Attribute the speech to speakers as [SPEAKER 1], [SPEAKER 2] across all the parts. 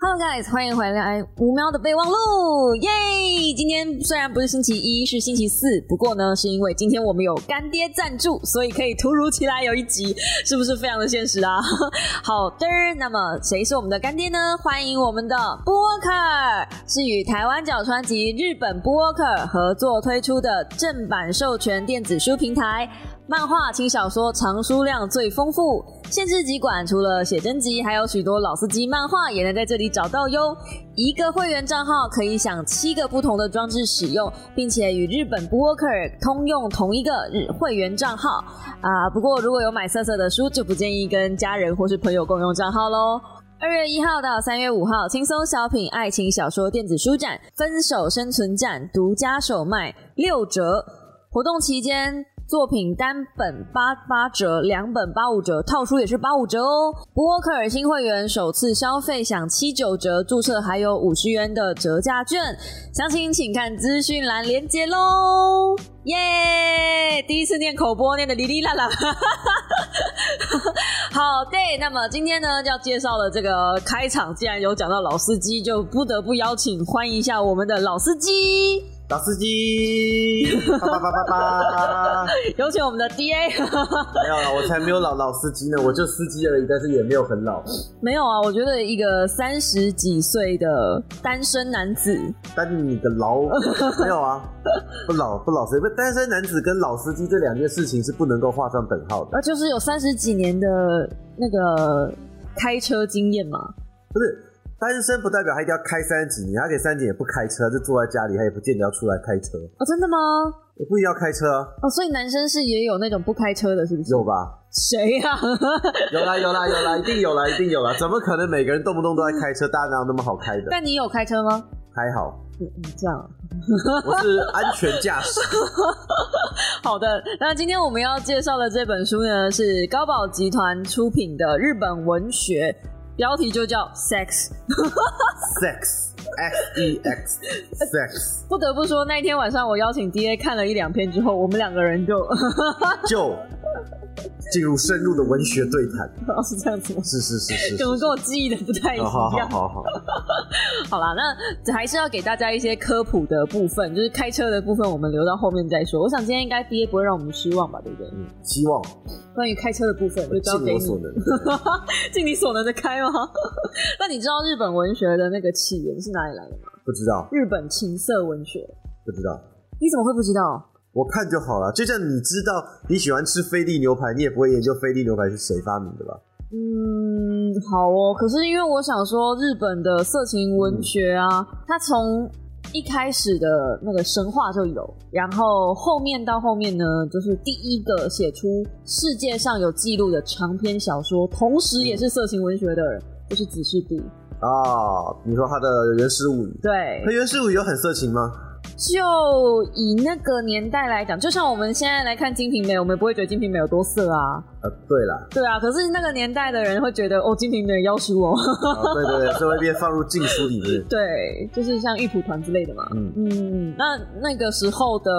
[SPEAKER 1] Hello guys，欢迎回来《无喵的备忘录》耶！今天虽然不是星期一，是星期四，不过呢，是因为今天我们有干爹赞助，所以可以突如其来有一集，是不是非常的现实啊？ 好的，那么谁是我们的干爹呢？欢迎我们的波克，是与台湾角川及日本波克合作推出的正版授权电子书平台。漫画、轻小说藏书量最丰富，限制集馆除了写真集，还有许多老司机漫画也能在这里找到哟。一个会员账号可以享七个不同的装置使用，并且与日本 Booker 通用同一个日会员账号啊、不过如果有买色色的书，就不建议跟家人或是朋友共用账号喽。二月一号到三月五号，轻松小品爱情小说电子书展《分手生存战》独家首卖六折，活动期间作品单本八八折，两本八五折，套书也是八五折哦。博客尔新会员首次消费享七九折，注册还有五十元的折价券，详情请看资讯栏连接喽。耶、第一次念口播，念的哩哩啦啦。好的，那么今天呢要介绍的这个开场，既然有讲到老司机，就不得不邀请欢迎一下我们的老司机，
[SPEAKER 2] 老司机，叭叭叭叭叭，
[SPEAKER 1] 有请我们的 DA。
[SPEAKER 2] 没有了，我才没有老老司机呢，我就司机而已，但是也没有很老。
[SPEAKER 1] 没有啊，我觉得一个三十几岁的单身男子，
[SPEAKER 2] 但你的老没有啊，不老不老谁不单身男子跟老司机这两件事情是不能够画上等号的。
[SPEAKER 1] 呃，就是有三十几年的那个开车经验嘛。哦
[SPEAKER 2] 不是单身不代表他一定要开三十几年，他可以三十几年不开车，就坐在家里，他也不见得要出来开车，
[SPEAKER 1] 哦，真的吗？
[SPEAKER 2] 也不一定要开车啊，
[SPEAKER 1] 哦，所以男生是也有那种不开车的，是不是？
[SPEAKER 2] 有吧？
[SPEAKER 1] 谁啊 呀、
[SPEAKER 2] 有啦有啦有啦，一定有啦一定有啦，怎么可能每个人动不动都在开车？大家哪有那么好开的？
[SPEAKER 1] 但你有开车吗？
[SPEAKER 2] 还好，
[SPEAKER 1] 你你这样啊，
[SPEAKER 2] 我是安全驾驶。
[SPEAKER 1] 好的，那今天我们要介绍的这本书呢，是高宝集团出品的日本文学，标题就叫《Sex》。
[SPEAKER 2] sex x e x sex
[SPEAKER 1] 不得不说，那一天晚上我邀请 D A 看了一两篇之后，我们两个人就
[SPEAKER 2] 就进入深入的文学对谈，
[SPEAKER 1] 是这样子吗？
[SPEAKER 2] 是是是是哦
[SPEAKER 1] 可能跟我记忆的不太一样。
[SPEAKER 2] 好好好好好，
[SPEAKER 1] 好啦，那还是要给大家一些科普的部分，就是开车的部分，我们留到后面再说。我想今天应该 D A 不会让我们失望吧，对不对？
[SPEAKER 2] 嗯，希望
[SPEAKER 1] 关于开车的部分，就交
[SPEAKER 2] 尽
[SPEAKER 1] 给
[SPEAKER 2] 我
[SPEAKER 1] 你
[SPEAKER 2] 所，能。
[SPEAKER 1] 尽你所能的开吗？ 那你知道日本文学的那个起源是哪里来的吗？
[SPEAKER 2] 不知道
[SPEAKER 1] 日本情色文学，
[SPEAKER 2] 不知道，
[SPEAKER 1] 你怎么会不知道？
[SPEAKER 2] 我看就好了。就像你知道你喜欢吃菲力牛排，你也不会研究菲力牛排是谁发明的吧？
[SPEAKER 1] 嗯，好哦。可是因为我想说，日本的色情文学啊，它从一开始的那个神话就有，然后后面到后面呢，就是第一个写出世界上有记录的长篇小说，同时也是色情文学的人，就是《子氏部》。
[SPEAKER 2] 啊，你说他的原始物语，
[SPEAKER 1] 对
[SPEAKER 2] 那，原始物语有很色情吗？
[SPEAKER 1] 就以那个年代来讲，就像我们现在来看《金瓶梅》，我们也不会觉得《金瓶梅》有多色啊，
[SPEAKER 2] 呃，对啦，
[SPEAKER 1] 对啊。可是那个年代的人会觉得，哦，《金瓶梅》要求哦，
[SPEAKER 2] 啊对对对，所以会被放入禁书里面。
[SPEAKER 1] 对，就是像玉蒲团之类的嘛。
[SPEAKER 2] 嗯，
[SPEAKER 1] 嗯，那那个时候的，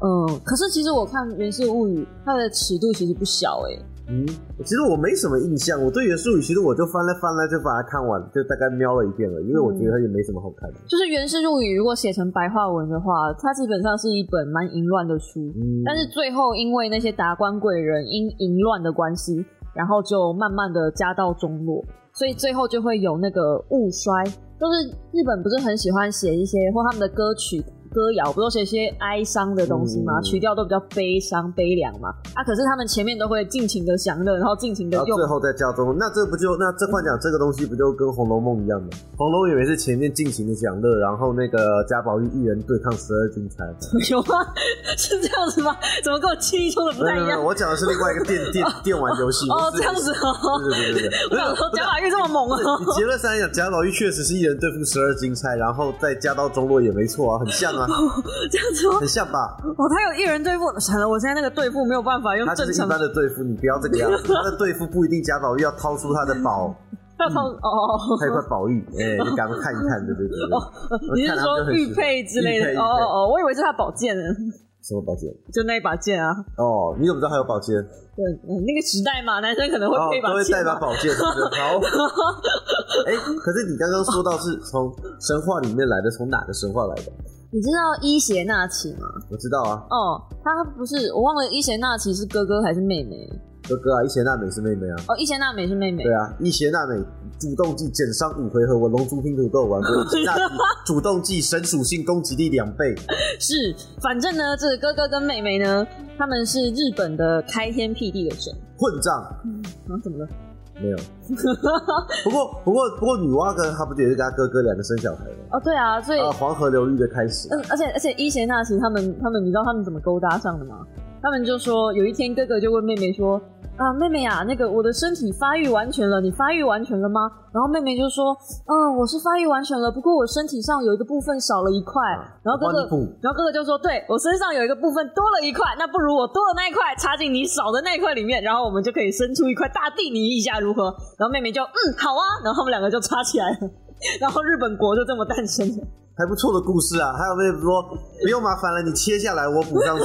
[SPEAKER 1] 嗯，可是其实我看《源氏物语》，它的尺度其实不小哎、
[SPEAKER 2] 嗯，其实我没什么印象，我对原术语其实我就翻了翻了，就把它看完，就大概瞄了一遍了，因为我觉得它也没什么好看的。
[SPEAKER 1] 就是《源氏物语》如果写成白话文的话，它基本上是一本蛮淫乱的书，
[SPEAKER 2] 嗯，
[SPEAKER 1] 但是最后因为那些达官贵人因淫乱的关系，然后就慢慢的家道中落，所以最后就会有那个物衰，就是日本不是很喜欢写一些或他们的歌曲。歌谣不都写一些哀伤的东西吗？
[SPEAKER 2] 嗯
[SPEAKER 1] 曲调都比较悲伤、悲凉嘛。啊，可是他们前面都会尽情的享乐，然后尽情的
[SPEAKER 2] 然后
[SPEAKER 1] 用
[SPEAKER 2] 最后再加中，那这不就那这换讲这个东西不就跟《红楼梦》一样吗？《红楼梦》也是前面尽情的享乐，然后那个贾宝玉一人对抗十二金钗。
[SPEAKER 1] 有吗？是这样子吗？怎么跟我记忆中 的不
[SPEAKER 2] 没
[SPEAKER 1] 太
[SPEAKER 2] 有
[SPEAKER 1] 一
[SPEAKER 2] 没有，
[SPEAKER 1] 样？
[SPEAKER 2] 我讲的是另外一个 电电电玩游戏。
[SPEAKER 1] 哦，
[SPEAKER 2] 不是
[SPEAKER 1] 这样子哦。
[SPEAKER 2] 对对对对对，
[SPEAKER 1] 我
[SPEAKER 2] 没有
[SPEAKER 1] 想说，贾宝玉这么猛啊！
[SPEAKER 2] 你结论上来讲，贾宝玉确实是一人对付十二金钗，然后再家道中落也没错啊，很像啊，
[SPEAKER 1] 这样子吗？
[SPEAKER 2] 很像吧？
[SPEAKER 1] 哦，他有一人对付，惨了，我现在那个对付没有办法用
[SPEAKER 2] 他就是
[SPEAKER 1] 正
[SPEAKER 2] 一
[SPEAKER 1] 常
[SPEAKER 2] 般的对付，你不要这个 样子。他的对付不一定贾宝玉要掏出他的宝，
[SPEAKER 1] 要
[SPEAKER 2] 嗯
[SPEAKER 1] 从哦，
[SPEAKER 2] 他有块宝玉，哎、你赶快看一看，对对对对。
[SPEAKER 1] 哦你是说玉佩之类
[SPEAKER 2] 玉佩玉
[SPEAKER 1] 的？哦
[SPEAKER 2] 佩
[SPEAKER 1] 哦哦哦，我以为是他宝剑呢。
[SPEAKER 2] 什么宝剑？
[SPEAKER 1] 就那一把剑啊，
[SPEAKER 2] 哦，你怎么知道还有宝剑？
[SPEAKER 1] 对，嗯那个时代嘛，男生可能会
[SPEAKER 2] 哦
[SPEAKER 1] 配，把
[SPEAKER 2] 都会带
[SPEAKER 1] 剑
[SPEAKER 2] 把
[SPEAKER 1] 嘛，
[SPEAKER 2] 宝剑，是不是 好。哎、可是你刚刚说到是从神话里面来的，从哪个神话来的？
[SPEAKER 1] 你知道伊邪那岐吗？
[SPEAKER 2] 我知道啊，
[SPEAKER 1] 哦，他不是，我忘了伊邪那岐是哥哥还是妹妹？
[SPEAKER 2] 哥哥啊，伊邪那美是妹妹啊。
[SPEAKER 1] 哦，伊邪那美是妹妹
[SPEAKER 2] 对。啊，伊邪那美主动技减伤五回合，我龙珠拼图都有玩过。伊邪那岐主动技神属性攻击力两倍，
[SPEAKER 1] 是，反正呢，这个哥哥跟妹妹呢，他们是日本的开天辟地的神。
[SPEAKER 2] 混账
[SPEAKER 1] 啊，怎么了？
[SPEAKER 2] 没有。不过不过不过，女娲跟她不也是跟她哥哥两个生小孩吗？
[SPEAKER 1] 哦，对啊，所以，
[SPEAKER 2] 啊，黄河流域的开始。
[SPEAKER 1] 嗯，而且而且伊邪那岐他们他们，你知道他们怎么勾搭上的吗？他们就说有一天哥哥就问妹妹说。啊，妹妹啊，那个我的身体发育完全了，你发育完全了吗？然后妹妹就说，嗯，我是发育完全了，不过我身体上有一个部分少了一块。然后哥
[SPEAKER 2] 帮
[SPEAKER 1] 哥
[SPEAKER 2] 你，补
[SPEAKER 1] 然后哥哥就说：“对我身上有一个部分多了一块，那不如我多的那一块插进你少的那一块里面，然后我们就可以生出一块大地泥，一下如何？”然后妹妹就嗯好啊，然后他们两个就插起来了， 然后日本国就这么诞生了。
[SPEAKER 2] 还不错的故事啊。还有那个说不用麻烦了，你切下来我补 上去，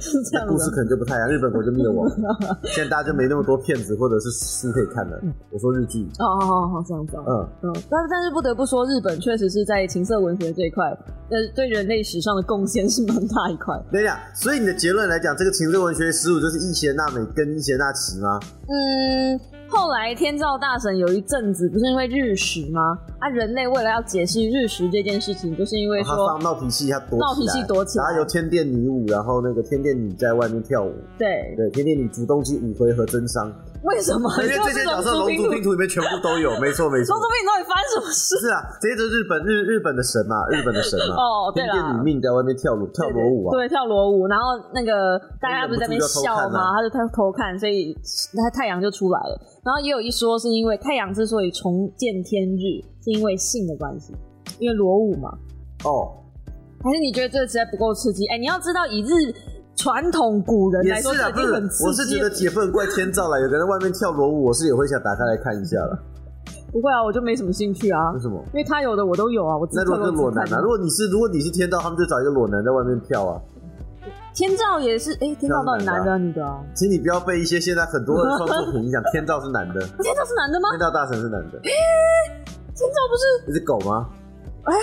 [SPEAKER 1] 是这
[SPEAKER 2] 那
[SPEAKER 1] 样
[SPEAKER 2] 故事
[SPEAKER 1] 的。
[SPEAKER 2] 可能就不太一样。日本国就灭 亡，了，现在大家就没那么多骗子或者是书可以看
[SPEAKER 1] 嗯
[SPEAKER 2] 了。我说日剧，
[SPEAKER 1] 哦哦哦，好这样子哦。
[SPEAKER 2] 嗯，
[SPEAKER 1] 嗯，但但是不得不说，日本确实是在情色文学这一块，呃，对人类史上的贡献是蛮大一块。
[SPEAKER 2] 等一下，所以你的结论来讲，这个情色文学十五就是伊邪那美跟伊邪那岐吗？
[SPEAKER 1] 嗯，后来天照大神有一阵子不是因为日食吗？啊，人类为了要解释日食这件事情，就是因为
[SPEAKER 2] 哦啊他
[SPEAKER 1] 说、
[SPEAKER 2] 放闹脾气，他躲
[SPEAKER 1] 闹脾气躲起来
[SPEAKER 2] 然后由天殿女舞，然后那个天殿女在外面跳舞，
[SPEAKER 1] 对，
[SPEAKER 2] 对，天殿女主动击五回合增伤，
[SPEAKER 1] 为什 么？
[SPEAKER 2] 因为这些角色龙
[SPEAKER 1] 珠
[SPEAKER 2] 族拼图里面全部 都有，没错没错
[SPEAKER 1] 龙。珠拼到底发生什么事？
[SPEAKER 2] 是啊，这就是日本日日本的神嘛，日本的神嘛。
[SPEAKER 1] 哦对啦
[SPEAKER 2] 天殿女命在外面跳舞跳裸舞啊，
[SPEAKER 1] 对，跳裸舞，然后那个大家不是在那边
[SPEAKER 2] 忍
[SPEAKER 1] 笑
[SPEAKER 2] 不住就偷看
[SPEAKER 1] 吗？
[SPEAKER 2] 啊
[SPEAKER 1] 他就他偷看，所以他太阳就出来了。然后也有一说是因为太阳之所以重见天日，是因为性的关系，因为裸舞嘛。
[SPEAKER 2] 哦，
[SPEAKER 1] 还是你觉得这个实在不够刺激？哎、你要知道，以日传统古人
[SPEAKER 2] 也
[SPEAKER 1] 来说，
[SPEAKER 2] 是啊，
[SPEAKER 1] 这已
[SPEAKER 2] 不
[SPEAKER 1] 经
[SPEAKER 2] 是
[SPEAKER 1] 很，刺
[SPEAKER 2] 我是
[SPEAKER 1] 激
[SPEAKER 2] 觉得
[SPEAKER 1] 了。
[SPEAKER 2] 也不能怪天照啦，有个人在外面跳裸舞，我是也会想打开来看一下 了。
[SPEAKER 1] 不会啊，我就没什么兴趣啊
[SPEAKER 2] 为，什么？
[SPEAKER 1] 因为他有的我都有啊，我自
[SPEAKER 2] 嗯那
[SPEAKER 1] 己
[SPEAKER 2] 如果是
[SPEAKER 1] 都
[SPEAKER 2] 裸男呢、如果你是如果你是天照，他们就找一个裸男在外面跳啊。
[SPEAKER 1] 天照也是，哎、天照到底男的啊女的啊？
[SPEAKER 2] 请你不要被一些现在很多的创作品影 响。天照是男的，
[SPEAKER 1] 天照是男的吗？
[SPEAKER 2] 天照大神是男 的，
[SPEAKER 1] 天照不是
[SPEAKER 2] 一只狗吗？哎，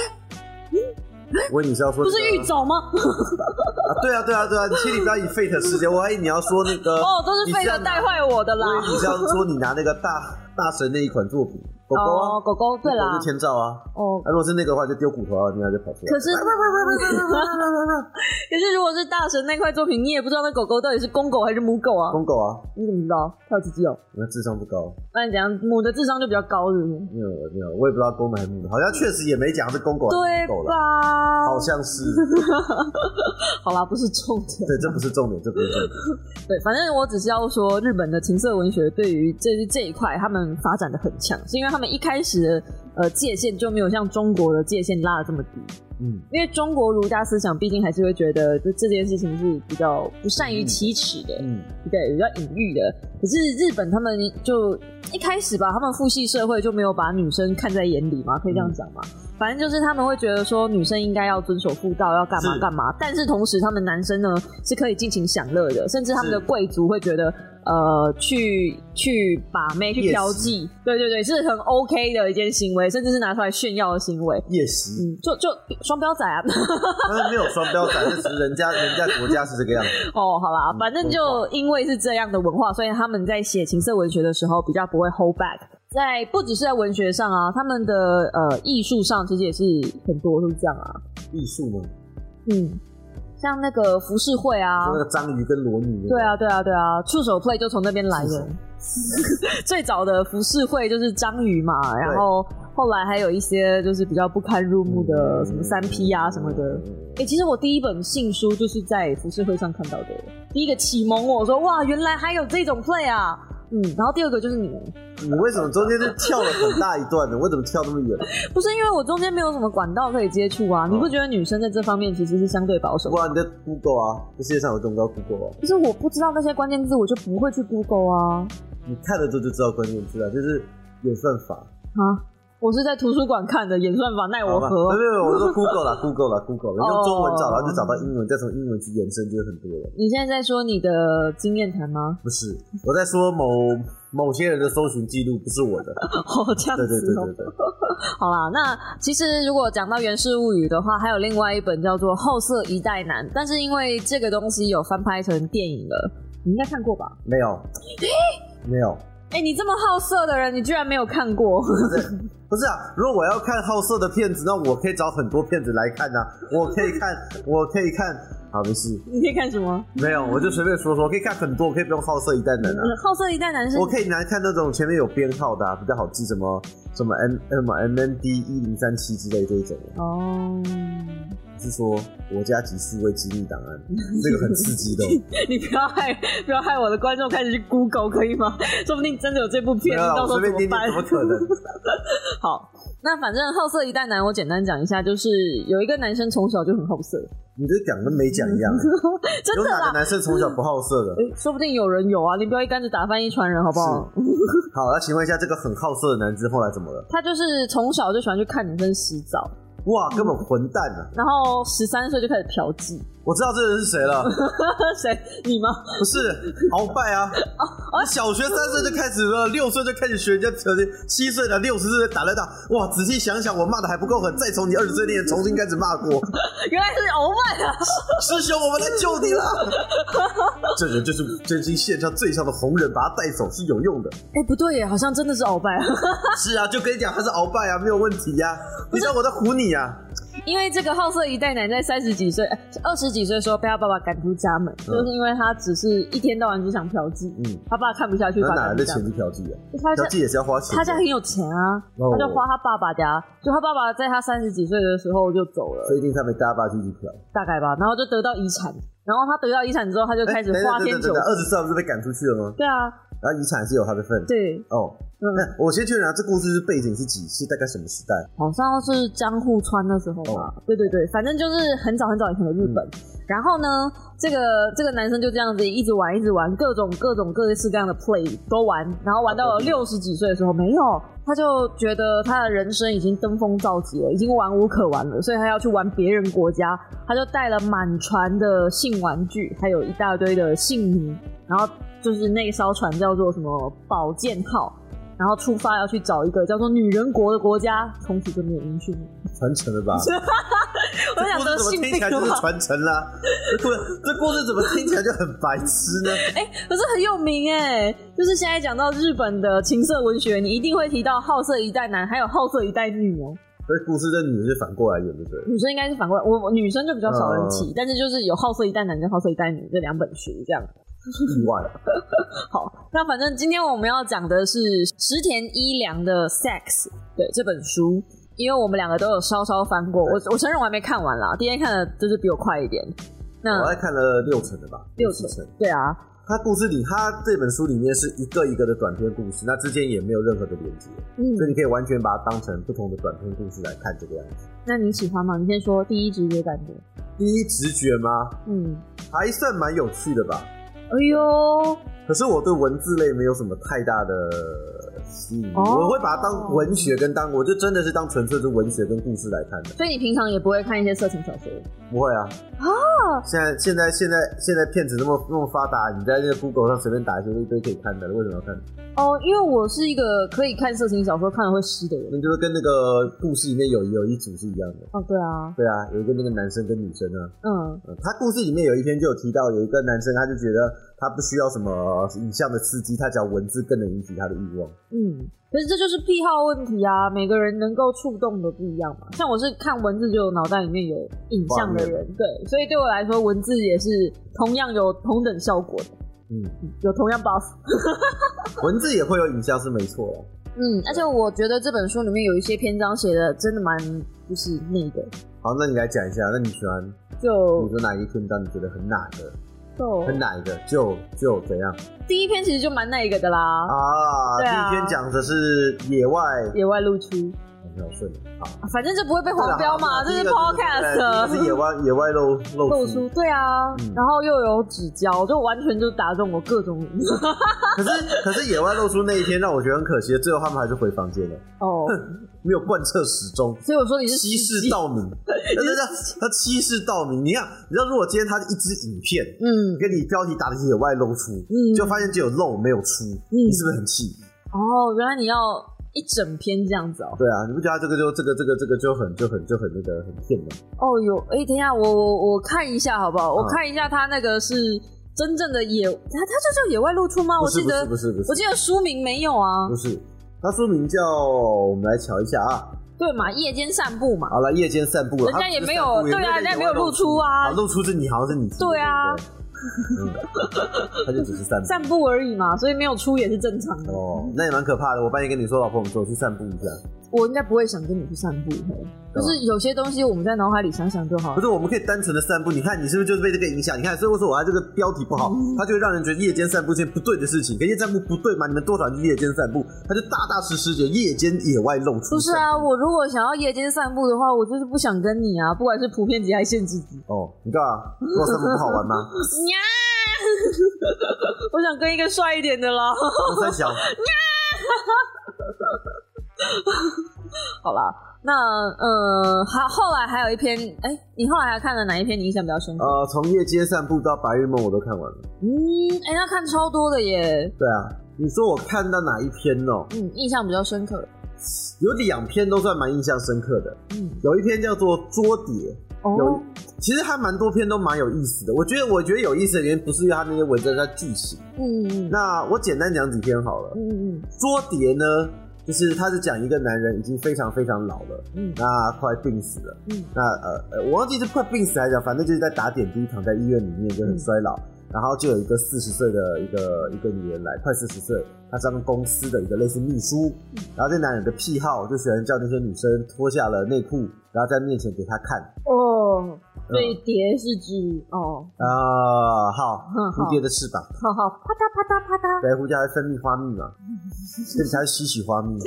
[SPEAKER 2] 我以为你是要说
[SPEAKER 1] 嗯不
[SPEAKER 2] 这
[SPEAKER 1] 是
[SPEAKER 2] 个
[SPEAKER 1] 玉藻吗？
[SPEAKER 2] 啊？对啊，对啊，对啊！你请你不要以 Fate 世界，我还以为你要说那个
[SPEAKER 1] 哦，都是
[SPEAKER 2] 呃你
[SPEAKER 1] 费
[SPEAKER 2] 这
[SPEAKER 1] 德
[SPEAKER 2] 样拿
[SPEAKER 1] 带坏我的啦
[SPEAKER 2] 我以。为你是要说你拿那个大大神那一款作品，狗狗啊，
[SPEAKER 1] 哦，狗狗对
[SPEAKER 2] 狗
[SPEAKER 1] 啦
[SPEAKER 2] 就，天照啊。
[SPEAKER 1] 哦。
[SPEAKER 2] 啊，如果是那个的话，就丢骨头啊，另外就跑出来。
[SPEAKER 1] 可 是，可是如果是大神那块作品，你也不知道那狗狗到底是公狗还是母狗啊？
[SPEAKER 2] 公狗啊，
[SPEAKER 1] 你怎么知道？它有鸡鸡哦。
[SPEAKER 2] 那智商不高，
[SPEAKER 1] 那你怎样？母的智商就比较高，是不是？
[SPEAKER 2] 没有没有，我也不知道公的还是母的，好像确实也没讲是公狗还
[SPEAKER 1] 对
[SPEAKER 2] 是母狗了，
[SPEAKER 1] 吧？
[SPEAKER 2] 好像是。
[SPEAKER 1] 好啦，不是重点。
[SPEAKER 2] 对，这不是重点，这不是重点。
[SPEAKER 1] 对，反正我只是要说，日本的情色文学对于这这一块，他们发展的很强，是因为他们一开始的呃界限就没有像中国的界限拉的这么低。
[SPEAKER 2] 嗯，
[SPEAKER 1] 因为中国儒家思想毕竟还是会觉得这这件事情是比较不善于启齿的，
[SPEAKER 2] 嗯，
[SPEAKER 1] 对，比较隐喻的。可是日本他们就一开始吧，他们父系社会就没有把女生看在眼里嘛，可以这样讲嘛。
[SPEAKER 2] 嗯
[SPEAKER 1] 反正就是他们会觉得说女生应该要遵守妇道，要干嘛
[SPEAKER 2] 是
[SPEAKER 1] 干嘛。但是同时，他们男生呢是可以尽情享乐的，甚至他们的
[SPEAKER 2] 是
[SPEAKER 1] 贵族会觉得。呃，去去把妹去
[SPEAKER 2] 夜
[SPEAKER 1] 嫖
[SPEAKER 2] 袭
[SPEAKER 1] 妓，对对对，是很 OK 的一件行为，甚至是拿出来炫耀的行为。
[SPEAKER 2] 夜
[SPEAKER 1] 嗯，
[SPEAKER 2] 袭，
[SPEAKER 1] 就就双标仔啊，
[SPEAKER 2] 但是没有双标仔，这只是人家人家国家是这个样子。
[SPEAKER 1] 哦，好啦，反正就因为是这样的文化，所以他们在写情色文学的时候比较不会 hold back。在不只是在文学上啊，他们的呃艺术上其实也是很多都是这样啊。
[SPEAKER 2] 艺术呢，
[SPEAKER 1] 嗯，像那个浮世绘啊
[SPEAKER 2] 就，那个章鱼跟裸女那个。
[SPEAKER 1] 对啊，对啊，对啊，触手 play 就从那边来
[SPEAKER 2] 触
[SPEAKER 1] 的
[SPEAKER 2] 手。
[SPEAKER 1] 最早的浮世绘就是章鱼嘛，然后后来还有一些就是比较不堪入目的什么三 P 啊什么的。哎、其实我第一本信书就是在浮世绘上看到的，第一个启蒙我说哇，原来还有这种 play 啊，嗯，然后第二个就是你们，
[SPEAKER 2] 你为什么中间就跳了很大一段呢？我怎么跳那么 远？
[SPEAKER 1] 不是因为我中间没有什么管道可以接触啊，你不觉得女生在这方面其实是相对保守的？
[SPEAKER 2] 哇，你的 Google 啊，这世界上有这么高 Google 啊？
[SPEAKER 1] 可是我不知道那些关键字，我就不会去 Google 啊
[SPEAKER 2] 啊你看了之后就知道关键字了，就是演算法。
[SPEAKER 1] 啊！我是在图书馆看的，演算法奈我
[SPEAKER 2] 好吧，
[SPEAKER 1] 何
[SPEAKER 2] 没？有没有，我说 Google 啦，Google 啦，Google 啦，
[SPEAKER 1] 哦
[SPEAKER 2] 用中文找，然后就找到英文，再从英文去延伸，就很多了。
[SPEAKER 1] 你现在在说你的经验谈吗？
[SPEAKER 2] 不是，我在说某某些人的搜寻记录，不是 我的。
[SPEAKER 1] 哦，这样
[SPEAKER 2] 对对
[SPEAKER 1] 子
[SPEAKER 2] 对
[SPEAKER 1] 哦
[SPEAKER 2] 对。对，
[SPEAKER 1] 好啦，那其实如果讲到《源氏物语》的话，还有另外一本叫做《后色一代男》，但是因为这个东西有翻拍成电影了，你应该看过吧？
[SPEAKER 2] 没 有，没有，
[SPEAKER 1] 哎、你这么好色的人，你居然没有看过？
[SPEAKER 2] 不是啊。如果我要看好色的片子，那我可以找很多片子来看啊。我可以看，我可以看，好没事，
[SPEAKER 1] 你可以看什么？
[SPEAKER 2] 没有，我就随便说说，我可以看很多，我可以不用好色一代人啊。
[SPEAKER 1] 好色一代男是
[SPEAKER 2] 我可以拿来看那种前面有编号的、啊，比较好记，什么什么 M M M N D 一零三七之类这一种的。
[SPEAKER 1] 哦，
[SPEAKER 2] 是说国家级数位机密档 案，这个很刺激的哦。
[SPEAKER 1] 你不要害不要害我的观众开始去 Google 可以吗？说不定真的 有这部
[SPEAKER 2] 没
[SPEAKER 1] 片，
[SPEAKER 2] 有啦，
[SPEAKER 1] 到
[SPEAKER 2] 我
[SPEAKER 1] 时候
[SPEAKER 2] 随
[SPEAKER 1] 怎
[SPEAKER 2] 便
[SPEAKER 1] 么
[SPEAKER 2] 听听，
[SPEAKER 1] 办？
[SPEAKER 2] 怎么可能？
[SPEAKER 1] 好，那反正好色一代男，我简单讲一下，就是有一个男生从小就很好 色，
[SPEAKER 2] 你这讲跟没讲一样。啊
[SPEAKER 1] 真
[SPEAKER 2] 有
[SPEAKER 1] 的
[SPEAKER 2] 哪
[SPEAKER 1] 啦哎
[SPEAKER 2] 个。男生从小不好色的？
[SPEAKER 1] 诶说不定有人有啊，你不要一竿子打翻一船人，好不好？
[SPEAKER 2] 好，那请问一下，这个很好色的男子后来怎么了？
[SPEAKER 1] 他就是从小就喜欢去看女生洗澡，
[SPEAKER 2] 哇，根本混蛋啊！
[SPEAKER 1] 然后十三岁就开始嫖妓。
[SPEAKER 2] 我知道这个人是谁了，
[SPEAKER 1] 谁？你吗？
[SPEAKER 2] 不是鳌拜啊！
[SPEAKER 1] 哦
[SPEAKER 2] 你小学三岁就开始了，六岁就开始学人家扯铃，七岁的六十岁打了打。哇，仔细想想，我骂的还不够狠，再从你二十岁那年重新开始骂 过。
[SPEAKER 1] 原来是欧曼啊！
[SPEAKER 2] 师兄，我们来 救你了！这人就是真心线上最强的红人，把他带走是有用 的。
[SPEAKER 1] 哎、不对耶，好像真的是鳌拜、啊，
[SPEAKER 2] 是啊，就跟你讲他是鳌拜啊，没有问题呀、你知道我在唬你啊？
[SPEAKER 1] 因为这个好色一代奶在三十几岁、哎二十几岁的时候被他爸爸赶出家门，就是因为他只是一天到晚只想嫖妓，
[SPEAKER 2] 嗯，
[SPEAKER 1] 他爸看不下去，
[SPEAKER 2] 那
[SPEAKER 1] 把
[SPEAKER 2] 哪
[SPEAKER 1] 他
[SPEAKER 2] 来
[SPEAKER 1] 赶出
[SPEAKER 2] 的
[SPEAKER 1] 家
[SPEAKER 2] 钱
[SPEAKER 1] 门
[SPEAKER 2] 去调剂啊？
[SPEAKER 1] 他
[SPEAKER 2] 调
[SPEAKER 1] 家
[SPEAKER 2] 剂也是要花钱的。
[SPEAKER 1] 他家很有钱啊，
[SPEAKER 2] 哦
[SPEAKER 1] 他就花他爸爸的啊，就他爸爸在他三十几岁的时候就走了。
[SPEAKER 2] 所以一定他没搭把进去嫖。
[SPEAKER 1] 大概吧，然后就得到遗产，然后他得到遗产之后，他就开始
[SPEAKER 2] 哎等等
[SPEAKER 1] 花天酒
[SPEAKER 2] 等
[SPEAKER 1] 地
[SPEAKER 2] 等等，。二十岁不是被赶出去了吗？
[SPEAKER 1] 对啊，
[SPEAKER 2] 然后遗产是有他的份。
[SPEAKER 1] 对，
[SPEAKER 2] 哦，
[SPEAKER 1] 嗯，
[SPEAKER 2] 那我先确认啊，这故事是背景是几？是大概什么时代？
[SPEAKER 1] 好像是江户川那时候吧。
[SPEAKER 2] 哦
[SPEAKER 1] 对对对，反正就是很早很早以前的日本。然后呢，这个这个男生就这样子一直玩，一直玩各种各种各式各样的 play 都玩，然后玩到
[SPEAKER 2] 啊对
[SPEAKER 1] 六十几岁的时候，没有，他就觉得他的人生已经登峰造极了，已经玩无可玩了，所以他要去玩别人国家，他就带了满船的性玩具，还有一大堆的性奴，然后就是那艘船叫做什么宝剑号。然后出发要去找一个叫做女人国的国家，从此就没有音讯了。
[SPEAKER 2] 传承了吧？
[SPEAKER 1] 我
[SPEAKER 2] 这
[SPEAKER 1] 想
[SPEAKER 2] 故
[SPEAKER 1] 说
[SPEAKER 2] 事怎么
[SPEAKER 1] 性
[SPEAKER 2] 听
[SPEAKER 1] 病
[SPEAKER 2] 起来就是
[SPEAKER 1] 吧，
[SPEAKER 2] 传承啦？ 这故这故事怎么听起来就很白痴 呢？
[SPEAKER 1] 可是很有名哎、就是现在讲到日本的情色文学，你一定会提到好色一代男，还有好色一代女哦、
[SPEAKER 2] 所以故事这女的是反过来演的，对了。
[SPEAKER 1] 女生应该是反过来，我我女生就比较少人提，
[SPEAKER 2] 嗯
[SPEAKER 1] 但是就是有好色一代男跟好色一代女这两本书这样。
[SPEAKER 2] 意外。
[SPEAKER 1] 好，那反正今天我们要讲的是石田一良的《Sex》对这本书，因为我们两个都有稍稍翻过，我我承认我还没看完啦，第一天看的就是比我快一点。那
[SPEAKER 2] 我还看了六成的吧，
[SPEAKER 1] 嗯六
[SPEAKER 2] 七
[SPEAKER 1] 成。对啊，
[SPEAKER 2] 它故事里，它这本书里面是一个一个的短篇故事，那之间也没有任何的连接，
[SPEAKER 1] 嗯
[SPEAKER 2] 所以你可以完全把它当成不同的短篇故事来看这个样子。
[SPEAKER 1] 那你喜欢吗？你先说第一直觉感觉。
[SPEAKER 2] 第一直觉吗？
[SPEAKER 1] 嗯，
[SPEAKER 2] 还算蛮有趣的吧。
[SPEAKER 1] 哎呦，
[SPEAKER 2] 可是我对文字类没有什么太大的吸引力，
[SPEAKER 1] 哦
[SPEAKER 2] 我会把它当文学跟当，我就真的是当纯粹是文学跟故事来看的。
[SPEAKER 1] 所以你平常也不会看一些色情小说？
[SPEAKER 2] 不会啊，啊，现在现在现在现在骗子那么那么发达，你在那个 Google 上随便打一些一堆可以看的，为什么要看？
[SPEAKER 1] 哦，因为我是一个可以看色情小说看了会湿的人。
[SPEAKER 2] 那就是跟那个故事里面有有一组是一样的。
[SPEAKER 1] 哦，对啊，
[SPEAKER 2] 对啊，有一个那个男生跟女生啊，
[SPEAKER 1] 嗯，
[SPEAKER 2] 嗯，他故事里面有一篇就有提到，有一个男生他就觉得他不需要什么影像的刺激，他只要文字更能引起他的欲望。
[SPEAKER 1] 嗯，可是这就是癖好问题啊，每个人能够触动的不一样嘛。像我是看文字就有脑袋里面有影像的人，对，所以对我来说文字也是同样有同等效果的，
[SPEAKER 2] 嗯，
[SPEAKER 1] 有同样 buff。
[SPEAKER 2] 文字也会有影像是没错啊啦，
[SPEAKER 1] 嗯，而且我觉得这本书里面有一些篇章写的真的蛮就是那个，
[SPEAKER 2] 好，那你来讲一下，那你喜欢
[SPEAKER 1] 就
[SPEAKER 2] 你说哪一个片段你觉得很哪的，
[SPEAKER 1] 就
[SPEAKER 2] 嗯很哪一个就就怎样
[SPEAKER 1] 第一篇其实就蛮那个的啦，
[SPEAKER 2] 啊？
[SPEAKER 1] 对啊
[SPEAKER 2] 第一篇讲的是野外，
[SPEAKER 1] 野外露出。
[SPEAKER 2] 嗯很顺的。好，
[SPEAKER 1] 反正就不会被黄标嘛，这是
[SPEAKER 2] 对啦对第一个
[SPEAKER 1] podcast
[SPEAKER 2] 是野外野外露露
[SPEAKER 1] 露
[SPEAKER 2] 出
[SPEAKER 1] 出，，对啊，
[SPEAKER 2] 嗯
[SPEAKER 1] 然后又有指教，就完全就打中我各种
[SPEAKER 2] 可是可是野外露出那一天让我觉得很可惜，最后他们还是回房间了，
[SPEAKER 1] 哦，
[SPEAKER 2] 没有贯彻始终。
[SPEAKER 1] 所以我说你是
[SPEAKER 2] 欺
[SPEAKER 1] 司
[SPEAKER 2] 世
[SPEAKER 1] 机，
[SPEAKER 2] 盗名，他他他欺世盗名。你看，你知道，如果今天他一支影片，
[SPEAKER 1] 嗯
[SPEAKER 2] 跟你标题打的野外露出，
[SPEAKER 1] 嗯
[SPEAKER 2] 就发现只有露没有出，你是不是很气？
[SPEAKER 1] 哦，原来你要一整篇这样子哦，
[SPEAKER 2] 对啊，你不觉得他这个就这个这个这个就很就很就很那个很骗人？
[SPEAKER 1] 哦有，哎、等一下，我我我看一下好不好？我
[SPEAKER 2] 嗯
[SPEAKER 1] 看一下他那个是真正的野，他他就叫野外露出吗？
[SPEAKER 2] 不
[SPEAKER 1] 我
[SPEAKER 2] 是
[SPEAKER 1] 记
[SPEAKER 2] 不
[SPEAKER 1] 得
[SPEAKER 2] 是不是不是
[SPEAKER 1] 我记得书名没有啊
[SPEAKER 2] 不，是，它书名叫我们来瞧一下啊。
[SPEAKER 1] 对嘛，夜间散步嘛，
[SPEAKER 2] 好了，夜间散步了，
[SPEAKER 1] 人家也
[SPEAKER 2] 它不是
[SPEAKER 1] 没有
[SPEAKER 2] 散步
[SPEAKER 1] 对啊
[SPEAKER 2] 也
[SPEAKER 1] 人家
[SPEAKER 2] 野
[SPEAKER 1] 没有
[SPEAKER 2] 外露
[SPEAKER 1] 露出啊
[SPEAKER 2] 露出是你好像是你提的
[SPEAKER 1] 对啊
[SPEAKER 2] 对不对嗯，他就只是散步。
[SPEAKER 1] 散步而已嘛，所以没有出也是正常的。
[SPEAKER 2] 哦，那也蛮可怕的。我半夜跟你说，老婆，我们走去散步一下。
[SPEAKER 1] 我应该不会想跟你去散步，嘿就是有些东西我们在脑海里想想就好
[SPEAKER 2] 啊不
[SPEAKER 1] 了。
[SPEAKER 2] 是，我们可以单纯的散步。你看，你是不是就是被这个影响？你看，所以我说我这个标题不好，
[SPEAKER 1] 嗯
[SPEAKER 2] 它就会让人觉得夜间散步是件不对的事情。可夜间散步不对嘛？你们多少人去夜间散步？它就大大实实的夜间野外露出。
[SPEAKER 1] 不是啊，我如果想要夜间散步的话，我就是不想跟你啊，不管是普遍级还是限制级。
[SPEAKER 2] 哦，你干嘛？我散步不好玩吗？
[SPEAKER 1] 呀， 我想跟一个帅一点的啦。
[SPEAKER 2] 我在想，呃
[SPEAKER 1] 好啦，那呃，还后来还有一篇，哎、你后来还看了哪一篇？你印象比较深刻？
[SPEAKER 2] 呃，从夜间散步到白日梦我都看完了。
[SPEAKER 1] 嗯，哎、那看超多的耶。
[SPEAKER 2] 对啊，你说我看到哪一篇哦？
[SPEAKER 1] 嗯，印象比较深刻。
[SPEAKER 2] 有两篇都算蛮印象深刻的，
[SPEAKER 1] 嗯，
[SPEAKER 2] 有一篇叫做《捉蝶》，有
[SPEAKER 1] 哦，
[SPEAKER 2] 其实还蛮多篇都蛮有意思的。我觉得我觉得有意思的原因不是因为它那些文章，是它剧情。
[SPEAKER 1] 嗯嗯
[SPEAKER 2] 那我简单讲几篇好了。
[SPEAKER 1] 嗯嗯
[SPEAKER 2] 捉蝶呢，就是它是讲一个男人已经非常非常老了，
[SPEAKER 1] 嗯
[SPEAKER 2] 那快病死了。
[SPEAKER 1] 嗯
[SPEAKER 2] 那呃呃，我忘记是快病死还是怎样反正就是在打点滴，躺在医院里面就
[SPEAKER 1] 嗯
[SPEAKER 2] 很衰老。然后就有一个四十岁的一个一个女人来，快四十岁，她当公司的一个类似秘书。
[SPEAKER 1] 嗯
[SPEAKER 2] 然后这男人有个癖好，就喜欢叫那些女生脱下了内裤，然后在面前给她看。嗯
[SPEAKER 1] 哦，所以蝶是指哦，
[SPEAKER 2] 啊、好，
[SPEAKER 1] 嗯好
[SPEAKER 2] 蝴蝶的翅膀，
[SPEAKER 1] 好好，啪嗒啪嗒啪嗒。
[SPEAKER 2] 白蝴蝶还会分泌 花蜜嘛，所以它会吸取花蜜。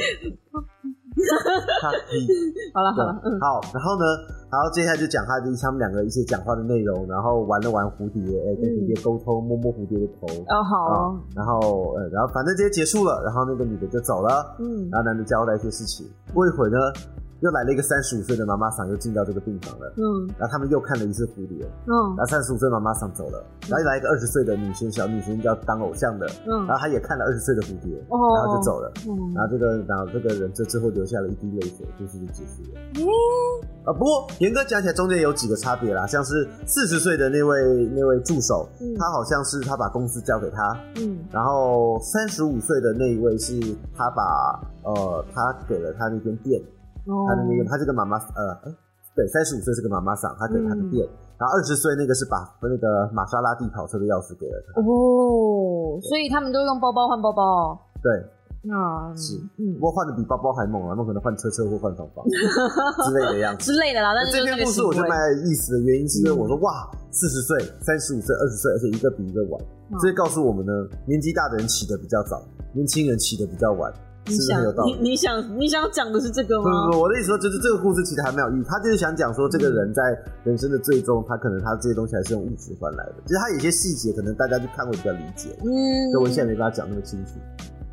[SPEAKER 2] 哈嘿
[SPEAKER 1] 好了好
[SPEAKER 2] 对
[SPEAKER 1] 了，嗯，
[SPEAKER 2] 好，然后呢，然后接下来就讲他的他们两个一些讲话的内容，然后玩了玩蝴蝶，哎、跟蝴蝶沟通，摸摸蝴蝶的头，
[SPEAKER 1] 嗯哦好
[SPEAKER 2] 啊
[SPEAKER 1] 哦，
[SPEAKER 2] 然后呃，然后反正这些结束了，然后那个女的就走了，
[SPEAKER 1] 嗯
[SPEAKER 2] 然后男的交代一些事情。过一会儿呢，又来了一个三十五岁的妈妈桑，又进到这个病房了。
[SPEAKER 1] 嗯
[SPEAKER 2] 然后他们又看了一次蝴蝶，
[SPEAKER 1] 嗯
[SPEAKER 2] 然后三十五岁妈妈桑走了，然后又来一个二十岁的女生，小女生要当偶像的，
[SPEAKER 1] 嗯
[SPEAKER 2] 然后她也看了二十岁的蝴蝶，
[SPEAKER 1] 哦
[SPEAKER 2] 然后就走了。
[SPEAKER 1] 嗯
[SPEAKER 2] 然后这个，然后这个人这最后流下了一滴泪水，故事就结束了。
[SPEAKER 1] 嗯
[SPEAKER 2] 啊，不过严格讲起来，中间有几个差别啦，像是四十岁的那位那位助手，
[SPEAKER 1] 嗯
[SPEAKER 2] 他好像是他把公司交给他，
[SPEAKER 1] 嗯
[SPEAKER 2] 然后三十五岁的那一位是他把呃他给了他那间店，
[SPEAKER 1] 哦
[SPEAKER 2] 他的那个他这个妈妈呃哎对，三十五岁是个妈妈桑，他给了他的
[SPEAKER 1] 嗯
[SPEAKER 2] 店，然后二十岁那个是把那个玛莎拉蒂跑车的钥匙给了他，
[SPEAKER 1] 哦，所以他们都用包包换包包。
[SPEAKER 2] 对，
[SPEAKER 1] 那
[SPEAKER 2] 是不
[SPEAKER 1] 嗯
[SPEAKER 2] 过换的比包包还猛啊，那可能换车车或换 房房之类的样子。
[SPEAKER 1] 之类的啦， 但是就
[SPEAKER 2] 这
[SPEAKER 1] 是那
[SPEAKER 2] 篇
[SPEAKER 1] 个
[SPEAKER 2] 故事
[SPEAKER 1] 行
[SPEAKER 2] 我
[SPEAKER 1] 为
[SPEAKER 2] 觉得蛮有意思的原因，是因为
[SPEAKER 1] 嗯
[SPEAKER 2] 我说哇，四十岁、三十五岁、二十岁，而且一个比一个晚，
[SPEAKER 1] 嗯
[SPEAKER 2] 这告诉我们呢，年纪大的人起得比较早，年轻人起得比较晚，是
[SPEAKER 1] 你
[SPEAKER 2] 不是很有道
[SPEAKER 1] 想
[SPEAKER 2] 理
[SPEAKER 1] 你？你想你想讲的是这个
[SPEAKER 2] 不
[SPEAKER 1] 吗
[SPEAKER 2] 不？不，我的意思说，就是这个故事其实还蛮有意义，他就是想讲说，这个人在人生的最终，他可能他这些东西还是用物质换来的，其实他有些细节，可能大家去看会比较理解，
[SPEAKER 1] 嗯
[SPEAKER 2] 所以我现在没办法讲那么清楚。